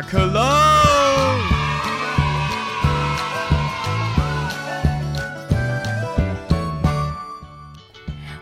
下课喽！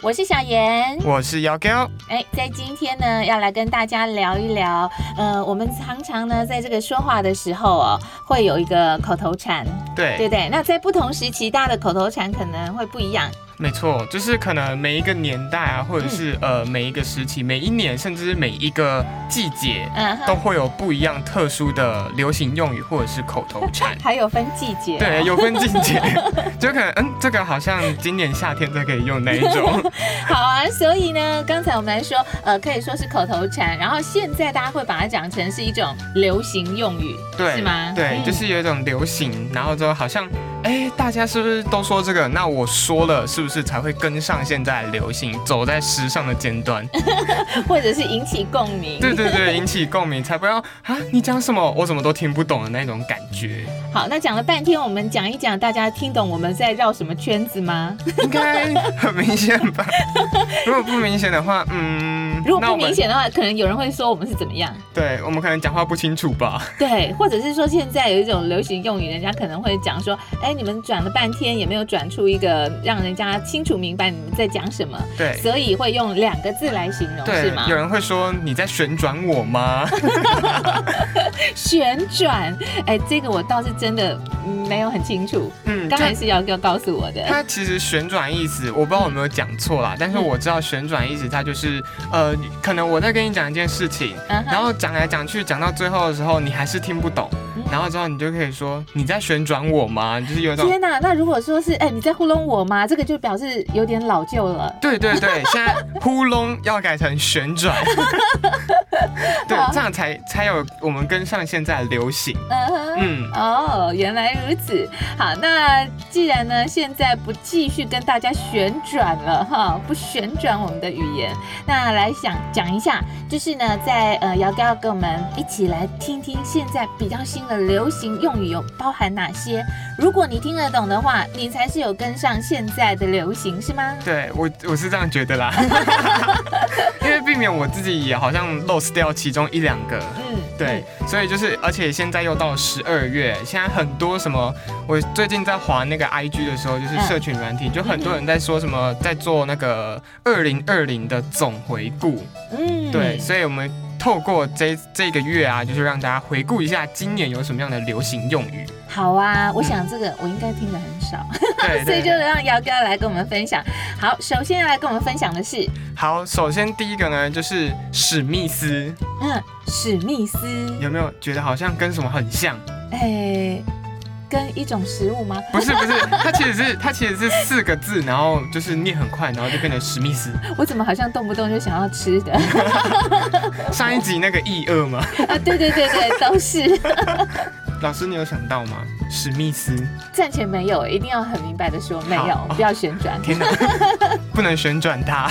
我是小妍。我是姚彪，哎，在今天呢，要来跟大家聊一聊，呃，我们常常呢，在这个说话的时候哦，会有一个口头禅，对对，不对？那在不同时期，大家的口头禅可能会不一样。没错，就是可能每一个年代啊，或者是呃每一个时期、每一年，甚至是每一个季节，嗯哼，。都会有不一样特殊的流行用语或者是口头禅 还有分季节、对，，有分季节， 就可能嗯，这个好像今年夏天才可以用那一种。好啊。所以呢，刚才我们来说，呃，可以说是口头禅，然后现在大家会把它讲成是一种流行用语，对，是吗？对，嗯就是有一种流行，然后之后好像，哎，大家是不是都说这个？那我说了，是不是才会跟上现在的流行，走在时尚的尖端？或者是引起共鸣。 对对对，引起共鸣，才不要啊！你讲什么，我怎么都听不懂的那种感 觉。好，那讲了半天，我们讲一讲，大家听懂我们在绕什么圈子吗？应该很明显 吧？如果不明显的话，嗯，如果那不我们明显的话，可能有人会说我们是怎么样？对我们可能讲话不清楚吧？对，或者是说现在有一种流行用语，人家可能会讲说，哎，你们转了半天也没有转出一个让人家清楚明白你们在讲什么，对。所以会用两个字来形容，是对吗，有？人会说你在旋转我吗？旋转，哎，这个我倒是真的嗯没有很清楚， 嗯，刚这才是嗯要要告诉我的。它其实旋转意思，我不知道我有没有讲错啦，但是我知道旋转意思，它就是呃，可能我在跟你讲一件事情，嗯哼然后讲来讲去，讲到最后的时候，你还是听不懂嗯，然后之后你就可以说你在旋转我吗？就是有一种。天呐，那如果说是哎你在糊弄我吗？这个就表示有点老旧了。对对对，现在呼隆要改成旋 转，对好，这样才才有我们跟上现在的流行。嗯哼。嗯，哦，原来如此。好，那既然呢，现在不继续跟大家旋转了哈，不旋转我们的语言，那来想讲一下，就是呢，在呃，姚哥要跟我们一起来听听现在比较新的流行用语有包含哪些。如果你听得懂的话，你才是有跟上现在的流行，是吗？对我我是这样觉 得啦，因为避免我自己也好像 lost 掉其中一两个。嗯，对，所以就是，而且现在又到十二月，现在很多什么，我最近在滑那个 IG 的时候，就是嗯社群软体，就很多人在说什么，在做那个二零二零的总回顾，嗯，对，所以我们透过这这个月啊，就是让大家回顾一下今年有什么样的流行用 语，好啊，我想这个我应该听得很少，对所以对就对。让姚哥来跟我们分享。好，首先要来跟我们分享的是。好，首先第一个呢，就是史密斯，嗯，史密斯，有没有觉得好像跟什么很像？哎、跟一种食物吗？不是不是， 它其实是它其实是四个字，然后就是念很快，然后就变成史密斯。我怎么好像动不动就想要吃的 上一集那个 E 异恶吗？啊？对对对对，都是。老师，你有想到吗？史密斯，暂且没有，一定要很明白的说没有好，不要旋转。天哪，不能旋转它。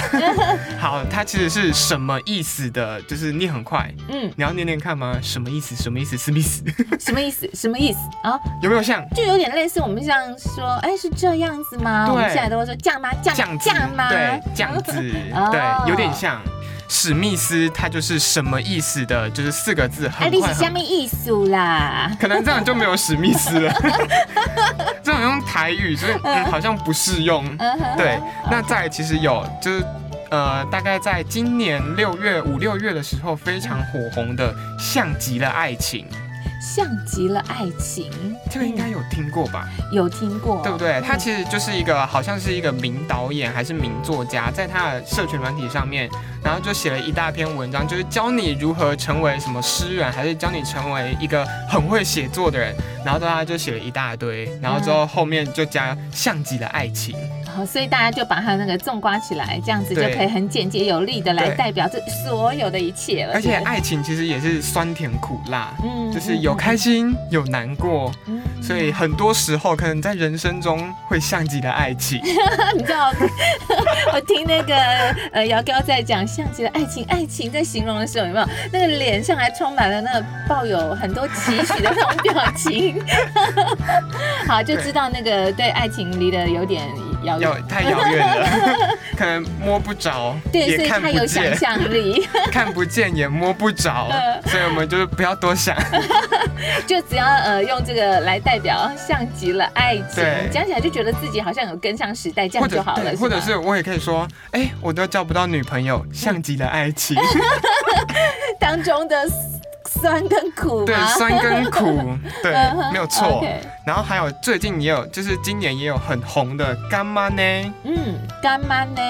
好，它其实是什么意思的？就是念很快，嗯，你要念念看吗？什么意思？什么意思？史密斯什么意思？什么意思啊？有没有像？就有点类似我们像说，哎、是这样子吗？对我们现在都会说酱吗？酱酱子酱吗？对，酱 子，哦对，有点像。史密斯，它就是什么意思的？就是四个字，哎，很你快是虾很。米意思啦？可能这样就没有史密 斯了。这种用台语，所以、嗯、好像不适用。嗯哼，对，那在其实有就是呃，大概在今年六月五六月的时候非常火红的《像极了爱情》，像极了爱情，这个应该有听过吧？有听过，对不对？它其实就是一个好像是一个名导演还是名作家，在他的社群软体上面，然后就写了一大篇文章，就是教你如何成为什么诗人，还是教你成为一个很会写作的人。然后他就写了一大堆，然后之后后面就加“像极了爱情”。好，哦所以大家就把它那个纵刮起来，这样子就对可以很简洁有力的来对代表这所有的一切了。而且是不是，爱情其实也是酸甜苦辣，嗯就是有开心有难过，嗯嗯所以很多时候可能在人生中会像极了爱情。你知道，我听那个呃姚彪在讲像极了爱情，爱情在形容的时候，有没有那个脸上还充满了那个抱有很多期许的 那种表情？好，就知道那个对爱情离得有点 遥远要。太遥远了， 可能摸不着，对，所也以看他不有想见，象力，看不见也摸不着，嗯所以我们就是不要多想。就只要呃用这个来代表像极了爱情对，讲起来就觉得自己好像有跟上时代，这或样者就好了，对或者吗是我也可以说，哎、我都交不到女朋友，像极了爱 情，嗯当中的酸跟苦对吗，？酸跟苦，对嗯哼，没有错。 OK 然后还有最近也有，就是今年也有很红的干妈呢，嗯，干妈呢？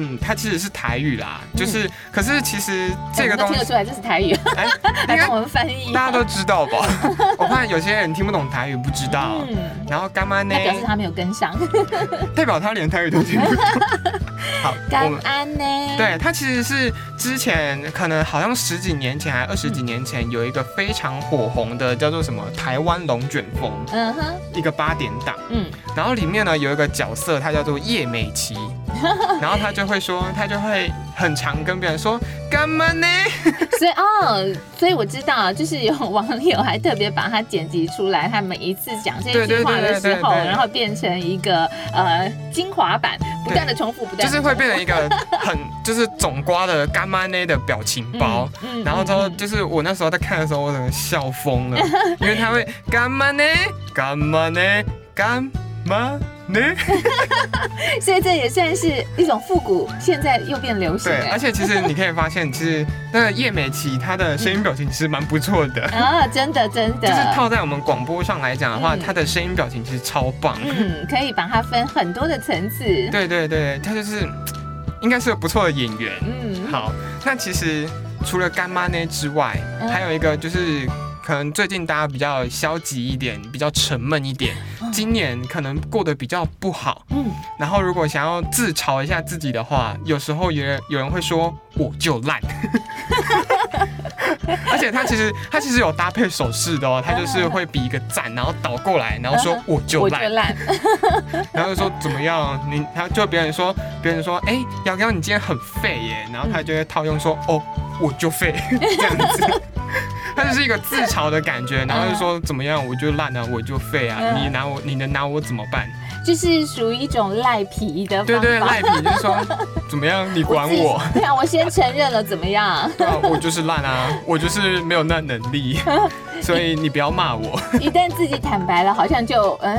嗯，它其实是台语啦，嗯就是，可是其实哎这我个们都东听得西，出来这是台语，哎、来 应该帮我们翻译。大家都知 道吧？我怕有些人听不懂台语，不知道。嗯，然后干妈呢那，表示他没有跟上。代表他连台语都听 不懂。好，我干们安呢？，对，它其实是之前可能好像十几年前还二十嗯几年前有一个非常火红的叫做什么台湾龙卷风，嗯哼，一个八点档，嗯，然后里面呢有一个角色，他叫做叶美 琪，然后他就会说，他就会很常跟别人说干嘛呢？ 所以哦，所以我知道，就是有网友还特别把它剪辑出来，他们一次讲这对一对句话的时候，对对对对然后变成一个呃精华版，不断的重复，不断就地是会变成一个很就是总瓜的干嘛呢的表情包。，嗯然后之后嗯就是我那时候在看的时候，我整个笑 疯了，因为他会干嘛呢？干嘛呢？干嘛呢？嗯所以这也算是一种复古，现在又变流行对，而了。且其实你可以发现，其实那个叶美琪她的声音表情其实蛮不错的，啊，真的真的，就是套在我们广播上来讲的话，嗯她的声音表情其实超棒。嗯，可以把它分很多的层次。对对对，她就是嘖应该是个不错的演员。嗯，好，那其实除了干妈呢之外，嗯还有一个就是。可能最近大家比较消极一点，比较沉闷一点，嗯今年可能过得比较不好。嗯，然后如果想要自嘲一下自己的话，有时候有人有人会说我就烂， 而且他其实他其实有搭配手势的哦，他就是会比一个赞，然后倒过来，然后说嗯我就我就烂，烂，然后就说怎么样，你他就别人说别人说哎洋洋你今天很废耶，然后他就会套用说嗯哦我就废 这样子。他就是一个自嘲的感觉，然后就说怎么样，我就烂啊，我就废啊，嗯你拿我，你能拿我怎么办？就是属于一种赖皮的方法。对对，赖皮就是说 怎么样，你管自己 我，。对啊，我先承认了，怎么样？对啊，我就是 烂啊，我就是没有那能力，所以你不要骂我。一旦自己坦白了，好像就嗯，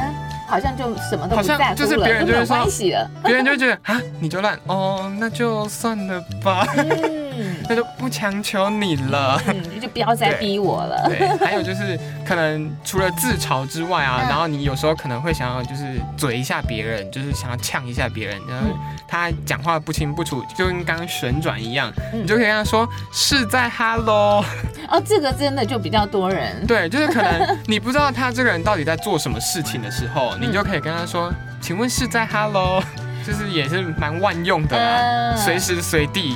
好像就什么都好不像在乎就是了，别人都没就有是说关系 了。别人就会觉得啊，你就烂哦，那就算了吧，嗯那就不强求你了。嗯，就不要再对逼我了。对，还有就是可能除了自嘲之外啊，嗯然后你有时候可能会想要就是嘴一下别人，就是想要呛一下别人，然后他讲话不清不楚，就跟刚刚旋转一样，嗯 你就可以跟他说是在哈喽。哦，这个真的就比较多人。对，就是可能你不知道他这个人到底在做什么事情的时候，你就可以跟他说：“请问是在 Hello？” 就是也是蛮万用的啦，嗯啊随、时 随地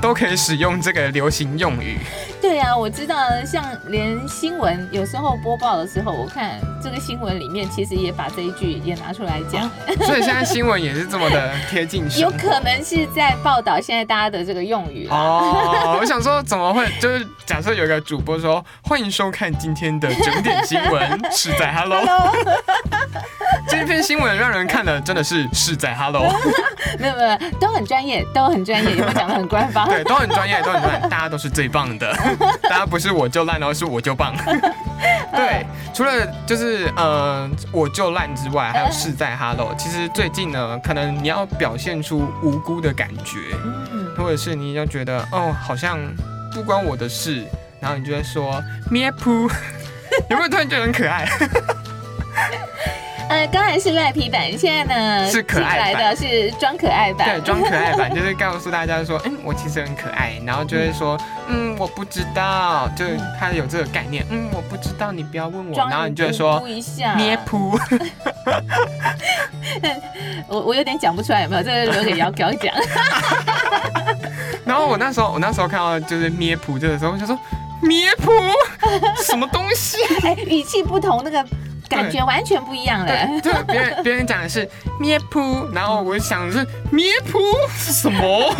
都可以使用这个流行用语。对啊，我知道，像连新闻有时候播报的时候，我看这个新闻里面其实也把这一句也拿出来讲，所以现在新闻也啊是这么的贴近有生活。可能是在报道现在大家的这个用语啦。哦，我想说怎么会？就是假设有一个主播说：“欢迎收看今天的整点新闻，是在 Hello。”这篇新闻让人看了真的是是在 Hello。没有没有，都很专业，都很专业，有没有讲的很官方？ 对，都很专业，都很专业，大家都是最棒的， 大家不是我就烂，然后是我就棒。 对，除了就是呃我就烂之外，还有是在 Hello。其实最近呢，可能你要表现出无辜的感觉，嗯，或者是你就觉得哦好像不关我的事，然后你就会说咩噗， 有没有突然觉得很可爱？呃，刚才是赖皮版，现在呢是可爱版进来的是装可爱版。对， 装可爱版就是告诉大家说，嗯，我其实很可爱，然后就会说，嗯，我不知道，就是他有这个概念，嗯，我不知道，你不要问我，装啊然后你就会说无辜一下，咩噗， 我我有点讲不出来，有没有？这个留给姚彪 讲。然后我那时候我那时候看到就是咩噗这个时候，我就说咩噗 什么东西， 哎，语气不同，那个感觉完全不一样了。对，对，别人别人讲的是咩噗，然后我想的是咩噗 是什么？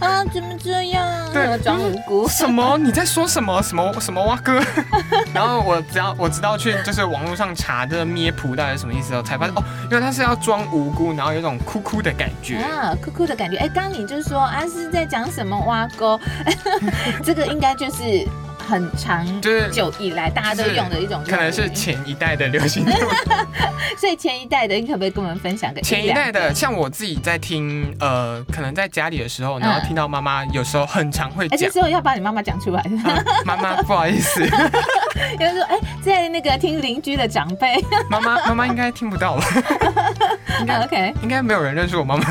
啊，怎么这样？对装无辜。什么？你在说什么？什么什么蛙哥？ 然后我只要我知道去就是网络上查这个咩噗到底是什么意思后，才发现哦，因为他是要装无辜，然后有一种哭哭的感觉。啊，酷酷的感觉。哎，刚你就说啊是在讲什么挖沟， 这个应该就是很长就是久以来大家都用的一种用语，可能是前一代的流 行用语，所以前一代的，你可不可以跟我们分享个前一两代的，像我自己在听，呃，可能在家里的时候，然后嗯听到妈妈有时候很常会哎，这讲，时候要把你妈妈讲出来，嗯妈妈不好意思，因为说哎，在那个听邻居的长辈妈妈妈妈应该听不到吧？ 应该，OK，应该没有人认识我 妈妈。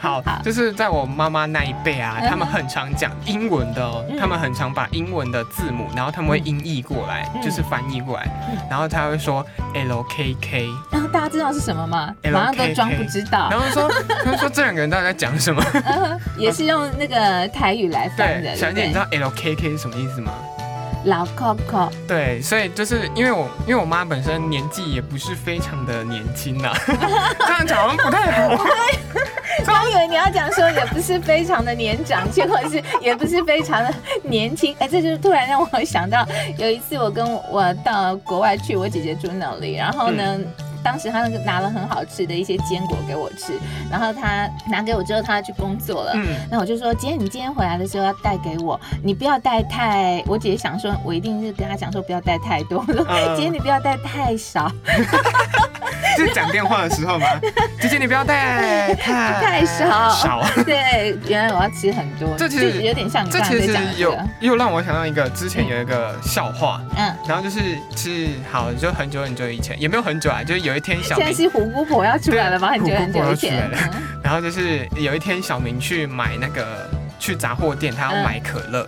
好，好就是在我妈妈那一辈啊嗯，哼他们很常讲英文的、哦嗯，他们很常把英文的字母，然后他们会音译过来，嗯就是翻译过来嗯，然后他会说 L K K，然后大家知道是什么吗？ LKK 马上都装不知道，然后说，他们说这两个人到底在讲什么？ 也是用那个台语来翻的对，，小姐，对你知道 L K K 是什么意思吗？老 Coco，对，所以就是因为我因为我妈本身年纪也不是非常的年 轻呐、这样讲好像不太好。刚以为你要讲说也不是非常的年长，结果是也不是非常的年轻，哎，这就是突然让我想到有一次我跟我到国外去，我姐姐住那里，然后嗯呢。当时她拿了很好吃的一些坚果给我吃，然后她拿给我之后，她要去工作了。嗯，那我就说，姐，你今天回来的时候要带给我，你不要带太。我姐想说，我一定是跟她讲说不要带太多。 我说，嗯姐，你不要带太少， 是讲电话的时候吗？姐姐你不要带太太少少。对，原来我要吃很多，这其实就有点像你这刚才其在实讲的这有个，又让我想到一个之前有一个笑话，嗯。然后就是是好就很久很久以前，也没有很久啊，就是有一天小现在明，是胡姑婆要出来了吗？对很久很久以前胡姑婆要出，然后就是有一天小明去买那个去杂货店，他要买可乐，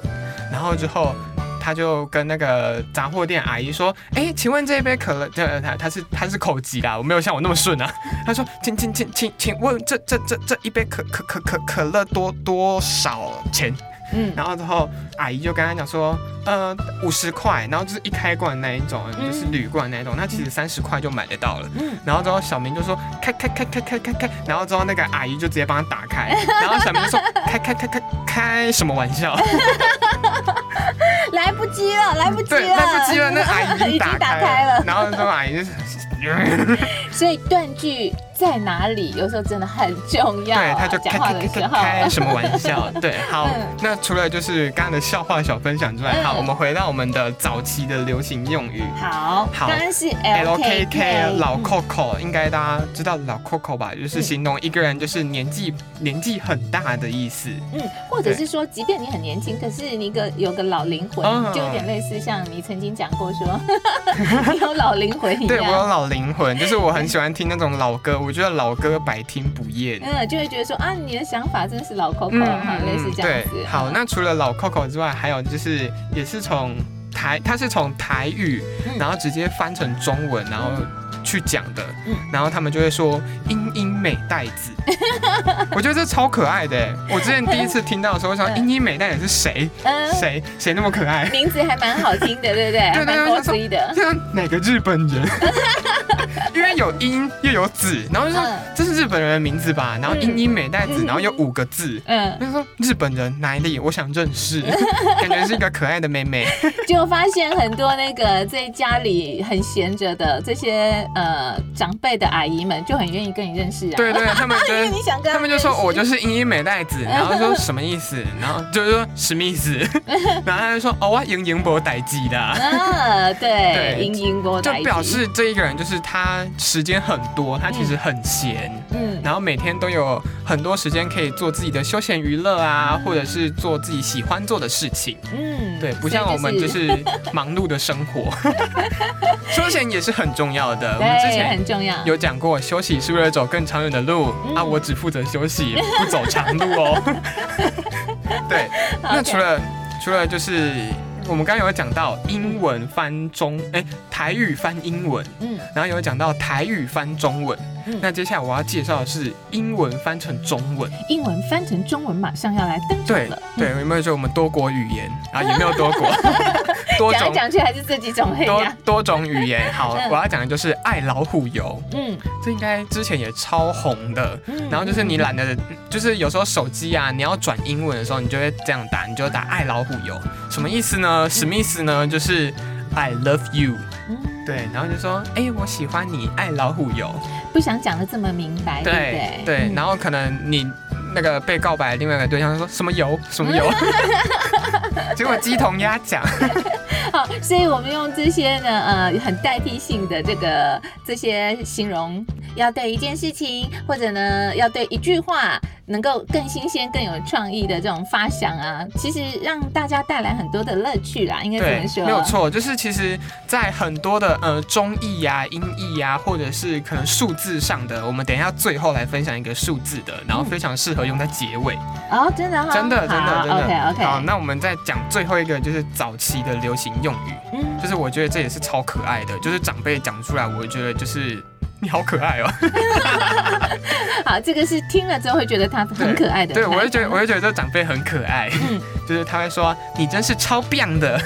然后之后。他就跟那个杂货店阿姨说：“哎、请问这一杯可乐，这他他是他是口急啦，我没有像我那么顺啊。”他说：“请请请请请问这这这这一杯可可可可可乐多多少钱？”嗯然后之后阿姨就跟他讲说，呃，五十块，然后就是一开罐那一种，嗯就是铝罐那一种，那其实三十块就买得到了。嗯然后之后小明就说开开开开开开开，然后之后那个阿姨就直接帮他打开，然后小明就说开开开开开什么玩笑？嗯，来不及了，来不及了，对，来不及了，那阿 姨已经打打开开了了。。然后之后阿姨 就是，所以断句在哪里，有时候真的很重要对，啊。他就开讲话开的开时开候，开什么玩笑？对，好嗯，那除了就是刚刚的笑话小分享之外，好，嗯我们回到我们的早期的流行用语。好，好刚刚是 L L K K K K 嗯老 Coco，应该大家知道老 Coco 吧？就是形容一个人就是年纪年纪很大的意思。嗯，或者是说，即便你很年轻，可是你一个有个老灵魂嗯，就有点类似像你曾经讲过 说，你有老灵魂一对我有样。老灵魂，就是我很喜欢听那种老歌，我觉得老歌百听不厌。哦嗯，就会觉得说啊，你的想法真是老 Coco，哈，嗯类似这样子。嗯嗯对，好，那除了老 Coco 之外，还有就是也是从台，它是从台语，嗯然后直接翻成中文，然后去讲的嗯，然后他们就会说“英英美代 子”，我觉得这超可爱的欸。我之前第一次听到的时候，我想“嗯英英美代子”是谁？嗯，谁谁那么可爱？ 名字还蛮好听的，对不对？还对蛮对多汁的。这样哪个日本人？ 因为有音又有子，然后就说、嗯这是日本人的名字吧，然后音音美代子，然后有五个字。嗯，他说日本人哪里？我想认识， 感觉是一个可爱的 妹妹。就发现很多那个在家里很闲着的这些呃长辈的阿姨们，就很愿意跟你认识啊。对对，他们 就因为是你想跟他们就说我就是是英英美代子，然后说什么意思？然后就是说史密斯， 然后他就说哦，我莹莹博代记的，啊，对， 对英英波就代表替示这一个人就是他时间很多，他其实很闲。嗯然后每天都有很多时间可以做自己的休闲娱乐啊，或者是做自己喜欢做的事情。嗯，对，不像我们所以就。是忙碌的生 活，休闲也是很重要的。我们之对，前很重要。有讲过，休息是为了走更长远的路、嗯啊，我只负责休息，不走长路 哦。对，那 OK 除了除了就是我们刚刚有讲到英文翻中，哎、台语翻英文，嗯，然后有讲到台语翻中文，嗯那接下来我要介绍的是英文翻成中文。英文嗯翻成中文马上要来登场对了。 对，有没有觉得我们多国语言啊？也没有多国，多讲来种讲去还是这几种黑多呀。多种语言。好，嗯我要讲的就是爱老虎油，嗯这应该之前也超红的。嗯然后就是你懒得，就是有时候手机啊，你要转英文的时候，你就会这样打，你就打爱老虎油，什么意思呢？什么意思呢？就是 I love you，嗯对，然后就说，哎、我喜欢你，爱老虎油，不想讲的这么明白，对对不对？对，嗯然后可能你那个被告白的另外一个对象说什么油 什 么油，结果鸡同鸭讲，好，所以我们用这些呢，呃，很代替性的这个这些形容，要对一件事情，或者呢，要对一句话，能够更新鲜、更有创意的这种发想啊，其实让大家带来很多的乐趣啦，应该对怎么，说？没有错，就是其实，在很多的呃中译呀、音译呀、或者是可能数字上的，我们等一下最后来分享一个数字的，然后非常适合用在结尾。哦，真的哈、真的，真的，真的。 OK OK，好，那我们再讲最后一个，就是早期的流行用语，嗯，就是我觉得这也是超可爱的，就是长辈讲出来，我觉得就是你好可爱哦。 好，这个是听了之后会觉得它很可爱的，对，我会觉得，我会觉得这长辈很可爱，嗯 就是他会说你真是超 棒的，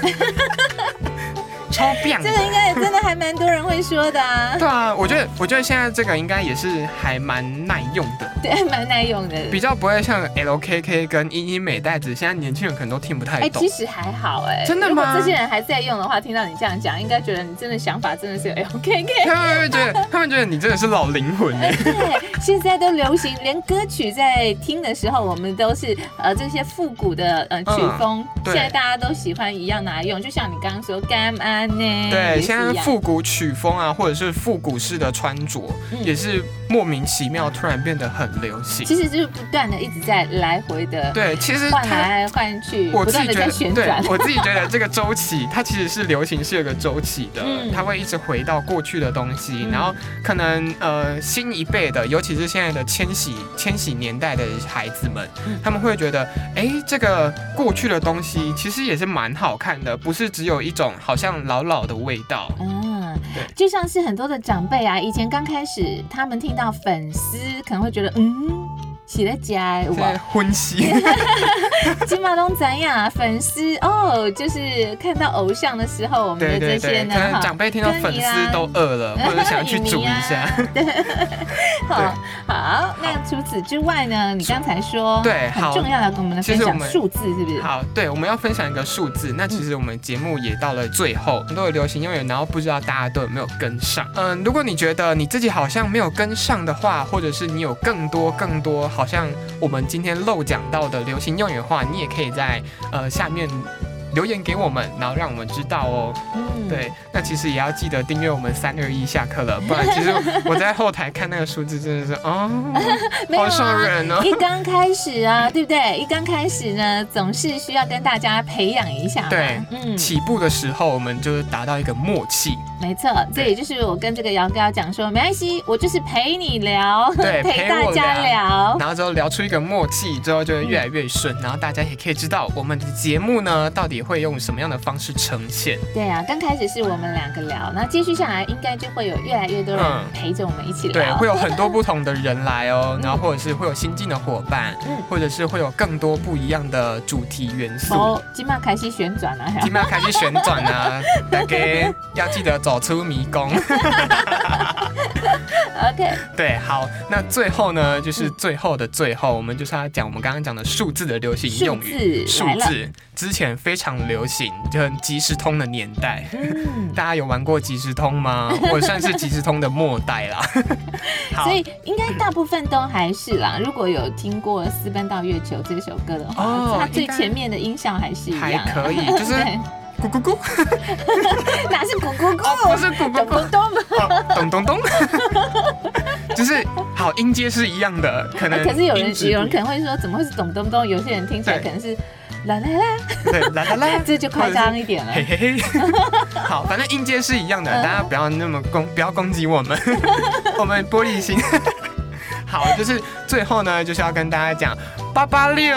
超棒这个的。应该也真的还蛮多人会说的 啊，对啊，我觉得，我觉得现在这个应该也是还蛮耐用的，对，蛮耐用 的。比较不会像 LKK 跟英英美袋子，现在年轻人可能都听不太哎、懂其。实还好哎、真的如果吗这些人还在用的话，听到你这样讲，应该觉得你真的想法真的是哎 OK OK。他们会觉得，他们觉得你真的是老灵魂 哎。对，现在都流行，连歌曲在听的时候，我们都是呃这些复古的呃曲风、嗯对现在大家都喜欢一样拿来用。就像你刚刚说干安呢，嗯也对，是现在一样复古曲风啊，或者是复古式的穿着，嗯也是莫名其妙突然变得很流行。其实就是不断的一直在来回的对，其实换它，来换去，我不自断己的觉在得，旋对。转 我自己觉得这个周期，它其实是流行是有个周期的，嗯它会一直回到过去的东西，嗯然后可能呃新一辈的，尤其是现在的千禧千禧年代的孩子们，嗯他们会觉得，哎，这个过去的东西其实也是蛮好看的，不是只有一种好像老老的味道。嗯对，就像是很多的长辈啊，以前刚开始他们听到粉丝，可能会觉得嗯，起了家现在哇，婚 夕。金马龙怎样？啊粉丝哦，就是看到偶像的时候，我们的对这对些对，呢，可能哈。长辈听到粉丝都饿了，或者想去煮一下。啊对，好，好。那除此之外呢？你刚才说对很好重要的，跟我们来分其实我享们数字是不是？好，对，我们要分享一个数字。那其实我们节目也到了最后，很多的流行用语，然后不知道大家都有没有跟上。嗯，如果你觉得你自己好像没有跟上的话，或者是你有更多更多好像我们今天漏讲到的流行用语的话，你也可以在呃下面留言给我们，然后让我们知道哦。嗯，对，那其实也要记得订阅我们三二一下课了，不然其实我我在后台看那个数字真的是 哦，没有好伤啊。人 哦。一刚开始啊，对不对？一刚开始呢，总是需要跟大家培养一下嘛。对嗯，起步的时候，我们就是达到一个默契，没错，这也就是我跟这个姚哥要讲说，没关系，我就是陪你聊， 对陪大家 陪聊。然后之后聊出一个默契，之后就会越来越顺，然后大家也可以知道我们的节目呢到底会用什么样的方式呈现。对啊，刚开始是我们两个聊，那接续下来应该就会有越来越多人嗯陪着我们一起对，聊。会有很多不同的人来哦，嗯然后或者是会有新进的伙伴嗯，或者是会有更多不一样的主题元素。哦，今晚开始旋转了、 今天开始旋转 啊，大家要记得走出迷宫。 OK，对，好，那最后呢，就是最后的最后，我们就是要讲我们刚刚讲的数字的流行数用语。字数来了，字之前非常流行，就很即时通的年代。嗯， 大家有玩过即时通吗？我算是即时通的末代啦。 好所以应该大部分都还是啦。如果有听过《私奔到月球》这首歌的话，哦它最应该前面的音效还是一还样，可以， 就是对，咕咕咕，哪是咕咕咕？哦，不是咕咕咚咚咕咚，哦，咚咚 咚，就是好音阶是一样的，可能啊可是有人音质有人不可能会说，怎么会是咚咚咚？有些人听起来可对能是啦啦啦，对啦啦 啦，这就夸张一点了。嘿嘿嘿，好，反正音阶是一样的，嗯大家不要那么攻，不要攻击我们， 我们玻璃心。 好，就是最后呢，就是要跟大家讲八八六，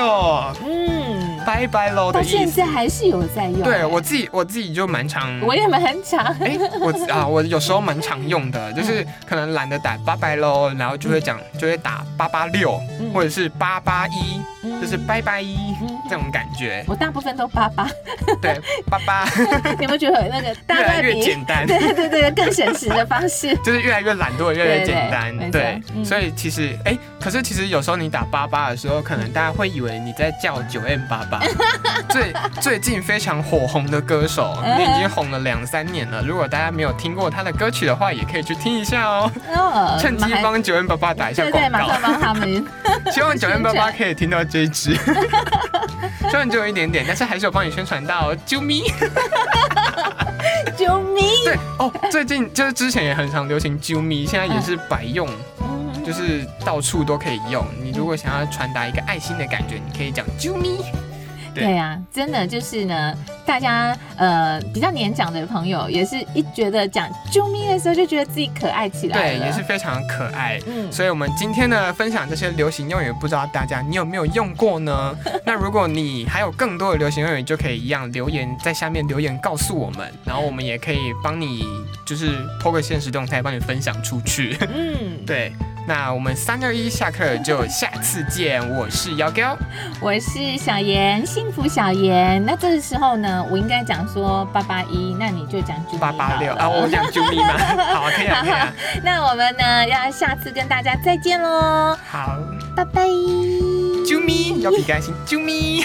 嗯，拜拜喽到的意现思。在还是有在用。欸对我自己，我自己就蛮常，我也蛮长，哎、我自啊，我有时候蛮常用嗯的，就是可能懒得打拜拜喽，然后就会讲，就会打八八六嗯或者是八八一，嗯 就是拜拜一嗯。这种感觉我大部分都八八，对，八八 你有没有觉得有那个大 越来概越比简 单。？对对对对更省时的方式 就是越来越懒惰，越来越简单，对对没对错，嗯所以其实，哎、可是其实有时候你打八八的时候，可能大家会以为你在叫九 M 八 八。最最近非常火红的歌手，嗯你已经红了两三年了。如果大家没有听过他的歌曲的话，也可以去听一下哦，哦 趁机蛮帮九 M 八八打一下对对，广马告上。帮他 们。希望九 M 八八可以听到这一 支。虽然只有一点点，但是还是有帮你宣传到，啾咪！ 救命！对哦，最近就是之前也很常流行啾咪，现在也是百用嗯就是到处都可以用。你如果想要传达一个爱心的感觉，你可以讲啾咪。对对呀、真的就是呢，大家呃比较年长的朋友也是一觉得讲啾咪的时候就觉得自己可爱起来对，了，也是非常可爱。嗯，所以，我们今天呢分享这些流行用语，不知道大家你有没有用 过呢？那如果你还有更多的流行用语，就可以一样留言在下面留言告诉我们，然后我们也可以帮你就是抛个现实动态，帮你分享 出去。嗯，对，那我们三二一下课就下次见，我是姚彪。我是小妍，幸福小妍。那这个时候呢，我应该讲说八八一，那你就讲啾咪八八六 好了啊，我讲啾咪吗？ 好啊，可以啊，可以啊，那我们呢要下次跟大家再见喽，好。拜拜。啾咪，要比开心，啾咪。